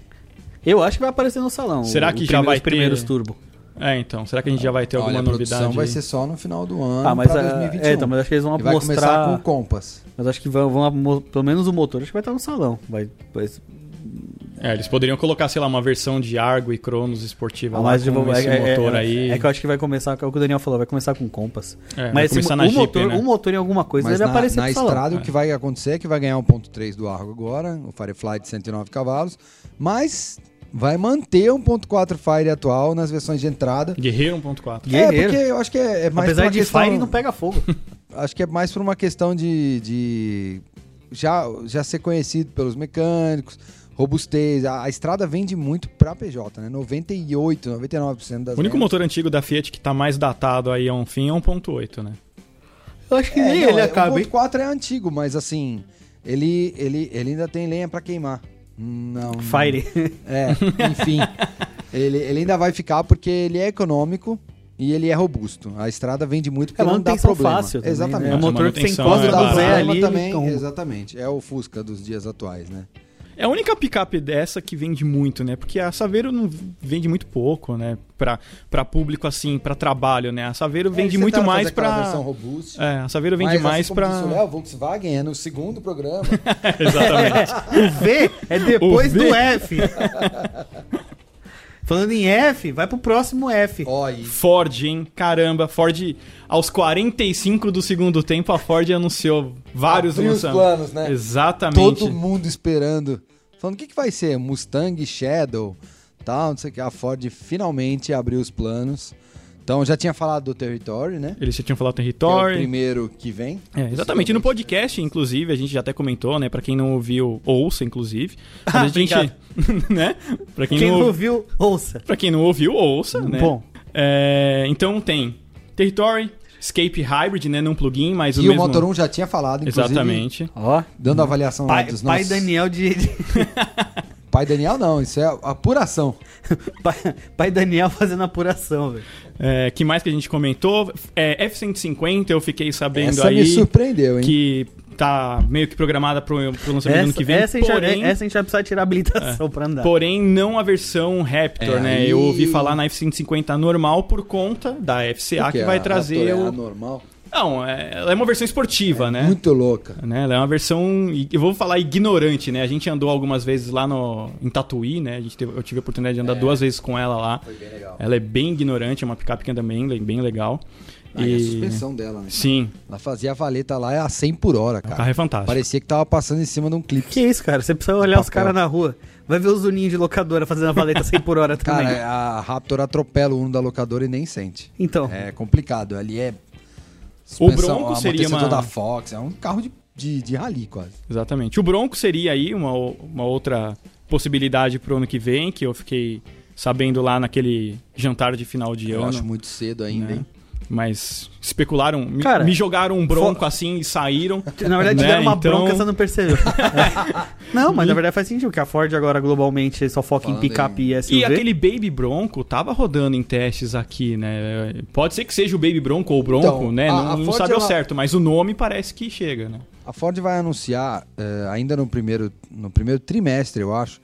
S2: Eu acho que vai aparecer no salão.
S3: Será
S2: o-
S3: que
S2: o
S3: já
S2: primeiro-
S3: vai
S2: os primeiros
S3: ter-
S2: turbo?
S3: É, então. Será que a gente já vai ter
S4: Olha,
S3: alguma
S4: a produção
S3: novidade?
S4: vai
S3: aí?
S4: ser só no final do ano.
S2: Ah, mas,
S4: pra
S2: a-
S4: 2021.
S2: é, então, mas acho que eles vão
S4: E um. vai começar com o
S2: mostrar.
S4: Compass.
S2: Mas acho que vão, vão amo- pelo menos o motor, acho que vai estar no salão. Vai, vai,
S3: É, eles poderiam colocar, sei lá, uma versão de Argo e Cronos esportiva lá
S2: mas
S3: com
S2: vão-
S3: esse motor
S2: é,
S3: aí.
S2: é que eu acho que vai começar, é o que o Daniel falou, vai começar com Compass.
S3: É, vai
S2: mas esse
S3: começar
S2: mo-
S3: na
S2: o
S3: Jeep,
S2: motor,
S3: né?
S2: o motor em alguma coisa
S4: Mas
S2: deve
S4: na,
S2: aparecer
S4: na
S2: no salão.
S4: estrada,
S3: É.
S4: o que vai acontecer é que vai ganhar 1.3 do Argo agora, o Firefly de 109 cavalos, mas vai manter 1.4 Fire atual nas versões de entrada.
S3: Guerreiro 1.4.
S4: É,
S2: Guerreiro.
S4: porque eu acho que é, é mais
S2: Apesar
S4: por uma
S2: de
S4: questão,
S2: Fire não pega
S4: (laughs)
S2: fogo.
S4: acho que é mais por uma questão de, de já, já ser conhecido pelos mecânicos, robustez. A, a estrada vende muito pra PJ, né? 98, 99% das
S3: O único
S4: vendas.
S3: motor antigo da Fiat que tá mais datado aí a um fim é 1.8, né?
S2: Eu acho que
S4: É,
S2: nem
S4: não,
S2: ele
S4: é,
S2: acaba,
S4: O
S2: hein?
S4: 1.4 é antigo, mas assim, ele, ele, ele ainda tem lenha pra queimar. Não, não-
S2: Fire.
S4: (laughs) É,
S2: (laughs)
S4: enfim. ele, ele ainda vai ficar porque ele é econômico e ele é robusto. A estrada vende muito porque
S2: É
S4: não dá
S2: manutenção
S4: problema.
S2: fácil também,
S4: Exatamente. um
S2: né? O
S3: Essa
S2: motor que você
S3: É manutenção
S2: encosta
S3: é
S2: do Zé
S3: barata.
S2: ali...
S4: também,
S2: (laughs) então,
S4: exatamente. É o Fusca dos dias atuais, né?
S3: É a única picape dessa que vende muito, né? Porque a Saveiro não vende muito pouco, né? Pra, pra público assim, pra trabalho, né? A
S4: É,
S3: Saveiro vende muito mais pra.
S4: robusta. assim
S3: É, a Saveiro vende mais pra.
S4: a Volkswagen é no
S2: (laughs)
S4: segundo programa.
S3: (laughs) Exatamente.
S4: (laughs)
S2: O V é depois
S3: O V.
S2: do F. (laughs) Falando em F, vai pro próximo F.
S4: Ó, e
S3: Ford, hein? Caramba, Ford. Aos 45 do segundo tempo, a Ford anunciou vários
S4: abriu os
S3: lançamentos.
S4: planos, né?
S3: Exatamente.
S4: Todo mundo esperando. Falando, o que, que vai ser? Mustang, Shadow, tal, não sei o que. A Ford finalmente abriu os planos. Então, já tinha falado do território, né?
S3: Eles já tinham falado
S4: É o
S3: território.
S4: primeiro que vem.
S3: É, exatamente. E no podcast, inclusive, a gente já até comentou, né? Pra quem não ouviu, ouça, inclusive. Mas a gente. (laughs) né? Pra quem,
S2: Quem
S3: não,
S2: não
S3: ouviu,
S2: ouviu, ouça.
S3: pra quem não ouviu, ouça, né?
S2: Bom,
S3: É, então tem Territory, Escape Hybrid, né? Não plugin, mas o
S4: E o
S3: mesmo.
S4: Motor 1 já tinha falado, inclusive.
S3: Exatamente.
S2: ó,
S4: Dando a avaliação lá
S2: pai,
S4: um dos
S2: pai
S4: nossos-
S2: Daniel de, de-
S4: Pai Daniel não, isso é apuração.
S2: (laughs) pai, pai Daniel fazendo apuração, velho.
S3: É, que mais que a gente comentou? É, F-150, eu fiquei sabendo
S4: Essa
S3: aí.
S4: me surpreendeu, hein?
S3: que tá meio que programada pro, pro lançamento do ano
S2: Essa,
S3: que vem.
S2: essa a gente já-
S3: porém, É.
S2: essa a gente vai precisar tirar a habilitação pra andar.
S3: porém, não a versão Raptor,
S4: É,
S3: né?
S4: aí-
S3: Eu ouvi falar na F-150 normal por conta da FCA
S4: Porque
S3: que vai
S4: a
S3: trazer
S4: Raptor é
S3: o.
S4: anormal.
S3: Não, é, ela é uma versão esportiva, né?
S4: Muito louca.
S3: Né, Ela é uma versão, e- eu vou falar ignorante, né? A gente andou algumas vezes lá no, em Tatuí, né? A gente teve- eu tive a oportunidade de andar
S4: É.
S3: duas vezes com ela lá.
S4: Foi bem legal.
S3: Ela é bem ignorante, é uma picape que anda bem, bem legal.
S4: Ah, e... a suspensão dela, né?
S3: Sim,
S4: Ela fazia a valeta lá a 100 por hora,
S3: o
S4: cara.
S3: carro é fantástico.
S4: Parecia que tava passando em cima de um clipe.
S2: Que isso, cara? Você precisa olhar os
S4: Papel.
S2: caras na rua. Vai ver os uninhos de locadora fazendo a valeta 100 por hora também.
S4: Cara, é. a Raptor atropela o Uno da locadora e nem sente.
S2: então,
S4: É complicado. Ali é.
S3: O
S4: suspensão,
S3: Bronco
S4: a
S3: seria
S4: amortecedor
S3: uma-
S4: da Fox. É um carro de, de, de rali quase.
S3: Exatamente. O Bronco seria aí uma, o- uma outra possibilidade pro ano que vem, que eu fiquei sabendo lá naquele jantar de final de
S4: Eu,
S3: ano.
S4: acho muito cedo ainda,
S3: né?
S4: hein?
S3: Mas especularam, me,
S2: Cara,
S3: me jogaram um bronco
S2: fo-
S3: assim e saíram.
S2: (laughs) na verdade
S3: né?
S2: deram uma
S3: Então,
S2: bronca, você não
S3: (laughs)
S2: percebeu. É. não, mas na verdade faz sentido, que a Ford agora globalmente só foca em
S4: Falando
S2: picape e SUV.
S3: E aquele Baby Bronco tava rodando em testes aqui, né? Pode ser que seja o Baby Bronco ou o Bronco,
S4: Então,
S3: né?
S4: a-
S3: não
S4: a
S3: não
S4: Ford,
S3: sabe ao
S4: ela-
S3: certo, mas o nome parece que chega, né?
S4: A Ford vai anunciar, eh, ainda no primeiro, no primeiro trimestre, eu acho,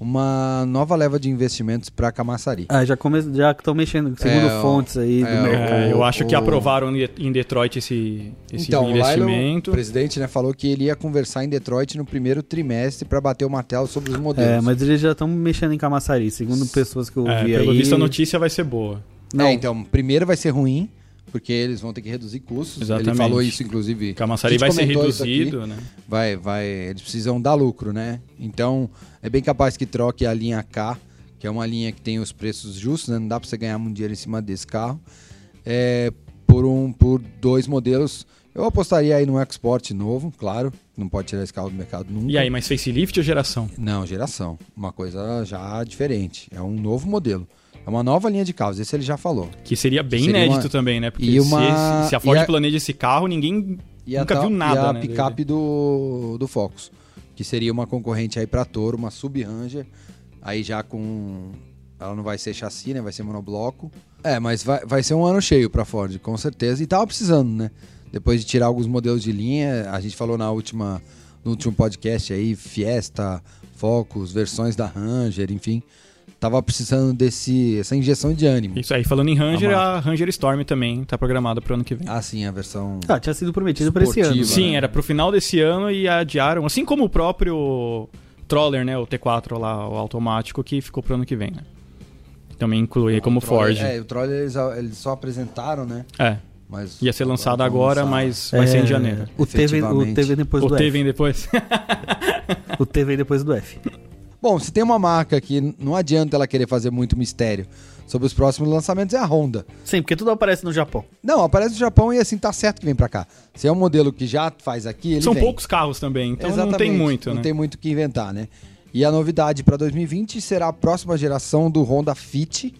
S4: uma nova leva de investimentos para Camaçari.
S2: Ah, já come... já estão mexendo, segundo
S4: É, o-
S2: fontes aí do
S4: é, o-
S2: mercado.
S3: É, eu acho que
S4: o-
S3: aprovaram em De- em Detroit esse, esse
S2: Então,
S4: Então, lá ele-
S3: investimento.
S4: o presidente né, falou que ele ia conversar em Detroit no primeiro trimestre para bater o martelo sobre os modelos.
S2: É, mas eles já estão mexendo em Camaçari, segundo pessoas que eu
S3: É,
S2: ouvi
S3: pelo
S2: aí.
S3: visto a notícia vai ser boa.
S2: Não.
S4: É, então, primeiro vai ser ruim, porque eles vão ter que reduzir custos.
S3: Exatamente.
S4: Ele falou isso, inclusive.
S3: Porque a maçaria
S4: a gente
S3: vai ser
S4: comentou isso
S3: reduzido, né?
S4: aqui. Vai, vai, eles precisam dar lucro, né? Então, é bem capaz que troque a linha K, que é uma linha que tem os preços justos, né? Não dá pra você ganhar muito dinheiro em cima desse carro. É, por, um, por dois modelos. Eu apostaria aí no Export novo, claro. Não pode tirar esse carro do mercado nunca.
S3: E aí, mas facelift ou geração?
S4: Não, geração. Uma coisa já diferente. É um novo modelo. É uma nova linha de carros. Esse ele já falou.
S3: Que seria bem
S4: Seria
S3: inédito
S4: uma-
S3: também, né? Porque
S4: e uma-
S3: se, se a Ford
S4: e a-
S3: planeja esse carro, ninguém
S4: E
S3: nunca
S4: a,
S3: viu
S4: tal-
S3: nada,
S4: E a
S3: né, dele.
S4: picape do, do Focus, que seria uma concorrente aí pra Toro, uma sub-Ranger, aí já com... Ela não vai ser chassi, né? Vai ser monobloco. É, mas vai, vai ser um ano cheio pra Ford, com certeza. E tava precisando, né? Depois de tirar alguns modelos de linha, a gente falou na última, no último podcast aí, Fiesta, Focus, versões da Ranger, enfim. Tava precisando desse, essa injeção de ânimo.
S3: Isso aí, falando em Ranger,
S4: A
S3: a Ranger Storm também tá programada pro ano que vem.
S4: Ah, sim, a versão...
S3: É,
S2: Ah, tinha sido prometido pra esse ano.
S4: Esportiva.
S3: Sim,
S4: né?
S3: era pro final desse ano e adiaram, assim como o próprio Troller, né? O T4 lá, o automático, que ficou pro ano que vem, né? Também inclui como
S4: o Troller-
S3: Ford.
S4: É, o Troller eles, eles só apresentaram, né?
S3: É,
S4: Mas
S3: ia ser lançado
S4: vamos
S3: agora,
S4: lançar.
S3: mas vai ser em
S2: É,
S3: janeiro.
S2: O T vem, o
S4: Efetivamente.
S2: T vem depois
S3: Ou
S2: do
S4: é.
S3: T
S2: F.
S3: vem depois? (laughs)
S2: O T vem depois do F.
S4: Bom, se tem uma marca que não adianta ela querer fazer muito mistério sobre os próximos lançamentos é a Honda.
S2: Sim, porque tudo aparece no Japão.
S4: Não, aparece no Japão e assim tá certo que vem pra cá. Se é um modelo que já faz aqui, ele
S3: São
S4: vem.
S3: poucos carros também, então não tem
S4: Exatamente,
S3: muito,
S4: Não
S3: né?
S4: tem muito o que inventar, né? E a novidade para 2020 será a próxima geração do Honda Fit,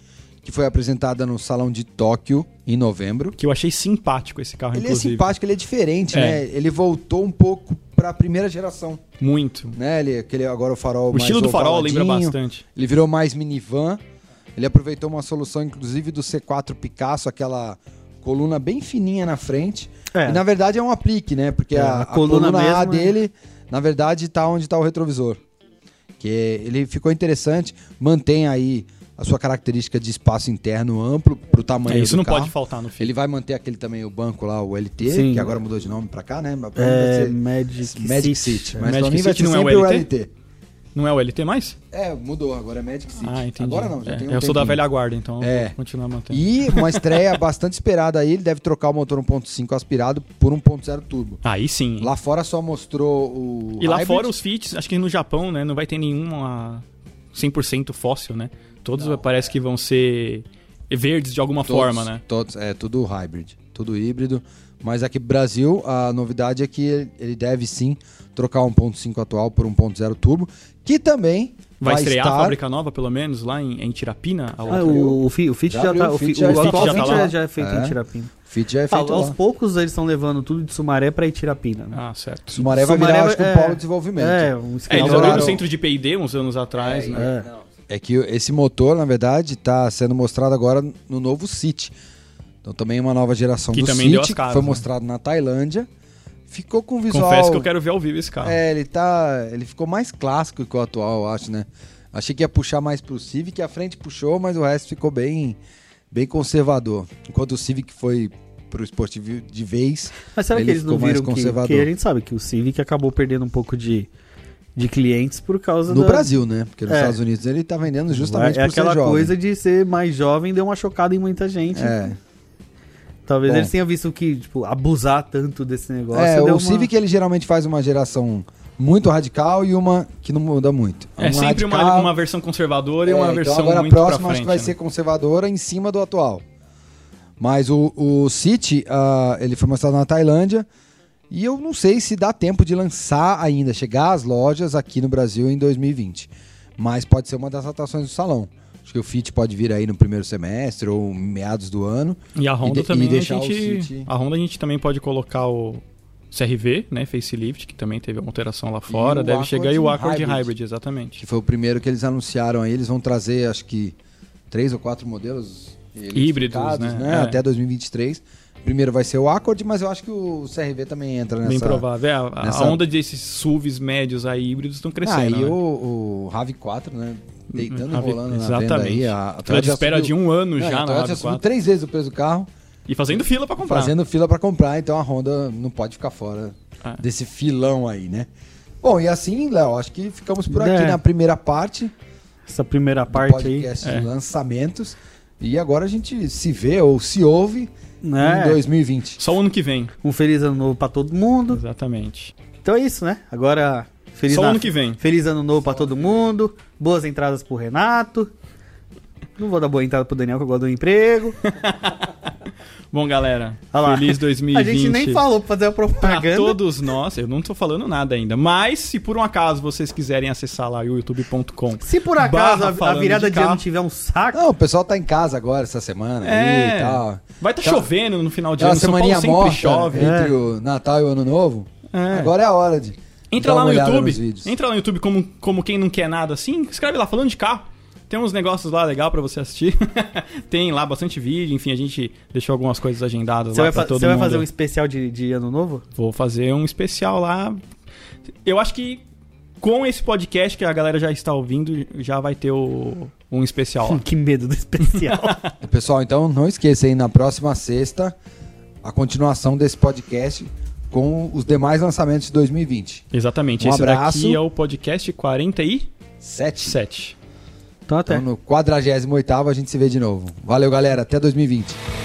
S4: que foi apresentada no Salão de Tóquio em novembro.
S3: Que eu achei simpático esse carro,
S4: Ele é
S3: Ah, inclusive.
S4: simpático, ele é diferente,
S3: É.
S4: né? Ele voltou um pouco pra primeira geração,
S3: Muito.
S4: né? Ele, aquele agora o farol
S3: O estilo do farol lembra
S4: bastante.
S3: bastante.
S4: Ele virou mais minivan. Ele aproveitou uma solução, inclusive, do C4 Picasso, aquela coluna bem fininha na frente.
S2: É.
S4: E, na verdade, é um aplique, né? Porque
S2: É,
S4: a,
S2: a
S4: a coluna,
S2: coluna
S4: A
S2: mesmo é-
S4: dele, na verdade, tá onde tá o retrovisor. Que ele ficou interessante, mantém aí a sua característica de espaço interno amplo pro tamanho
S3: É, isso
S4: do
S3: não
S4: carro.
S3: pode faltar no filme.
S4: Ele vai manter aquele também, o banco lá, o LT,
S2: Sim.
S4: que agora mudou de nome pra cá, né? Mas pra mim vai
S2: É,
S4: ser
S2: Magic,
S4: Magic City. né?
S2: City.
S4: Mas
S3: Magic
S4: pra mim vai
S3: City
S4: ser
S3: não é o
S4: sempre o
S3: LT?
S4: LT.
S3: Não é o LT mais?
S4: É, mudou, agora é Magic City.
S3: Ah, entendi.
S4: Agora não, já
S3: É,
S4: tem um
S3: eu sou da
S4: tempinho.
S3: velha guarda, então eu
S4: É.
S3: vou continuar mantendo.
S4: E uma estreia (laughs) bastante esperada aí, ele deve trocar o motor 1.5 aspirado por 1.0 turbo.
S3: Aí sim. hein?
S4: Lá fora só mostrou o.
S3: e lá
S4: hybrid.
S3: fora os fits, acho que no Japão, né, não vai ter nenhuma 100% fóssil, né? Todos parece que vão ser verdes de alguma
S4: Todos-
S3: forma, né?
S4: Todos, é, tudo hybrid, tudo híbrido. Mas aqui no Brasil, a novidade é que ele deve sim trocar o 1.5 atual por 1.0 turbo, que também
S3: Vai, estrear
S4: estar...
S3: a fábrica nova, pelo menos, lá em, em Tirapina. a outra.
S2: Ah, o, o, fi- o Fit
S4: Já
S2: já,
S4: abriu,
S2: tá.
S4: o
S2: O,
S4: Fit
S2: fi,
S4: já
S2: o
S4: está-
S2: atual
S3: já tá
S2: Fit
S3: lá.
S2: já, já é feito
S4: É.
S2: em Tirapina.
S4: Fit já é
S2: Ah,
S4: feito
S2: aos
S4: lá.
S2: poucos eles estão levando tudo de Sumaré pra Itirapina. Né?
S3: Ah, certo.
S4: Sumaré vai virar,
S2: Sumaré
S4: acho que, um
S2: é-
S4: polo de desenvolvimento.
S2: é, um
S3: É, eles
S4: Não,
S3: abriram
S4: não.
S3: um centro de P&D uns anos atrás, né?
S2: É.
S4: É que esse motor, na verdade, está sendo mostrado agora no novo City. Então também uma nova geração
S3: Que
S4: do
S3: também deu
S4: City,
S3: as caras,
S4: que foi
S3: né?
S4: mostrado na Tailândia. Ficou com um visual...
S3: Confesso que eu quero ver ao vivo esse carro.
S4: É, ele tá... Ele ficou mais clássico que o atual, eu acho, né? Achei que ia puxar mais pro Civic, a frente puxou, mas o resto ficou bem, bem conservador. Enquanto o Civic foi pro esportivo de vez,
S2: Mas será
S4: Ele
S2: que eles não
S4: ficou mais
S2: viram que,
S4: conservador.
S2: que a gente sabe que o Civic acabou perdendo um pouco de, de clientes por causa
S4: no
S2: da-
S4: Brasil, né? Porque nos
S2: É.
S4: Estados Unidos ele tá vendendo justamente
S2: é, é
S4: por ser
S2: aquela
S4: jovem.
S2: coisa de ser mais jovem deu uma chocada em muita gente.
S4: É.
S2: Talvez
S4: Bom.
S2: eles tenham visto que, tipo, abusar tanto desse negócio.
S4: É,
S2: deu
S4: o
S2: uma-
S4: Civic ele geralmente faz uma geração muito radical e uma que não muda muito.
S3: É
S4: Um
S3: sempre uma,
S4: radical,
S3: uma versão conservadora e
S4: é,
S3: uma versão
S4: então agora
S3: muito
S4: a próxima
S3: pra
S4: acho
S3: frente.
S4: que vai
S3: né?
S4: ser conservadora em cima do atual. Mas o, o City, ah, ele foi mostrado na Tailândia e eu não sei se dá tempo de lançar ainda, chegar às lojas aqui no Brasil em 2020. Mas pode ser uma das atrações do salão. Acho que o Fit pode vir aí no primeiro semestre ou meados do ano.
S3: né? E a Honda
S4: de- e
S3: também a
S4: deixar o
S3: gente.
S4: City-
S3: A Honda a gente também pode colocar o CRV, né? Facelift, que também teve uma alteração lá fora.
S4: o
S3: Deve chegar e o Accord
S4: Accord
S3: Hybrid,
S4: Hybrid.
S3: exatamente.
S4: que foi o primeiro que eles anunciaram aí. Eles vão trazer, acho que, três ou quatro modelos
S3: Híbridos,
S4: eletrificados,
S3: né? É.
S4: Até 2023. Primeiro vai ser o Accord, mas eu acho que o CRV também entra nessa. Ah,
S3: Bem provável. É, a, a
S4: nessa-
S3: onda desses SUVs médios aí híbridos estão
S4: Ah,
S3: crescendo.
S4: e
S3: né?
S4: o, o RAV4, né? Deitando e
S3: RAV
S4: rolando na venda
S3: exatamente.
S4: aí. A, a
S3: Fila de espera de um ano
S4: já,
S3: já
S4: É, a
S3: na
S4: Toyota
S3: Rádio
S4: já subiu
S3: 4.
S4: três vezes o preço do carro,
S3: E fazendo fila pra comprar.
S4: fazendo fila pra comprar, então a Honda não pode ficar fora
S3: Ah.
S4: desse filão aí, né? Bom, e assim, Léo, acho que ficamos por aqui
S2: É.
S4: na primeira parte.
S2: Essa primeira
S4: do
S2: parte aí.
S3: É.
S4: podcast de lançamentos. E agora a gente se vê ou se ouve
S2: Né?
S4: em 2020.
S3: Só o ano que
S4: (laughs)
S3: vem.
S2: Um feliz ano novo pra todo mundo.
S3: Exatamente.
S2: Então é isso, né? Agora, feliz
S3: Só o
S2: na-
S3: ano que vem.
S2: Feliz ano novo pra todo mundo. Boas entradas pro Renato. Não vou dar boa entrada pro Daniel, que eu gosto do emprego.
S3: Bom, galera,
S2: Olha lá.
S4: (laughs)
S3: feliz
S2: (laughs)
S3: 2020.
S2: A gente nem falou pra fazer a
S3: Pra
S2: propaganda.
S3: todos nós, eu não tô falando nada ainda, mas se por um acaso vocês quiserem acessar lá o youtube.com
S2: Se por acaso a-
S3: Barra
S2: a,
S3: falando
S2: virada
S3: de
S2: de, ano
S3: carro.
S2: tiver um saco,
S4: Não, o pessoal tá em casa agora essa semana aí
S3: É.
S4: e tal.
S3: Vai tá,
S4: Tá.
S3: chovendo no final de
S4: Aquela
S3: ano, São Paulo
S4: semaninha
S3: sempre
S4: morta né?
S3: chove.
S4: entre
S2: É.
S4: o Natal e o Ano Novo.
S3: É.
S4: Agora é a hora de
S3: Entra
S4: dar
S3: lá
S4: uma
S3: no
S4: olhada
S3: YouTube,
S4: nos vídeos.
S3: entra lá no YouTube como, como quem não quer nada assim, escreve lá falando de carro. Tem uns negócios lá legal pra você assistir. (laughs) Tem lá bastante vídeo, enfim, a gente deixou algumas coisas agendadas
S2: você,
S3: lá
S2: vai,
S3: pra
S2: fa-
S3: todo
S2: você vai
S3: mundo.
S2: fazer um especial de, de ano novo?
S3: Vou fazer um especial lá. Eu acho que com esse podcast que a galera já está ouvindo, já vai ter o, um especial lá.
S2: Hum, (laughs) que medo do especial.
S4: (laughs) E, Pessoal, então não esqueça aí na próxima sexta a continuação desse podcast com os demais lançamentos de 2020.
S3: Exatamente.
S4: Um
S3: esse
S4: abraço.
S3: daqui é o podcast 47.
S4: Sete.
S3: Sete.
S2: então até.
S4: Então no 48º a gente se vê de novo. Valeu, galera. Até 2020.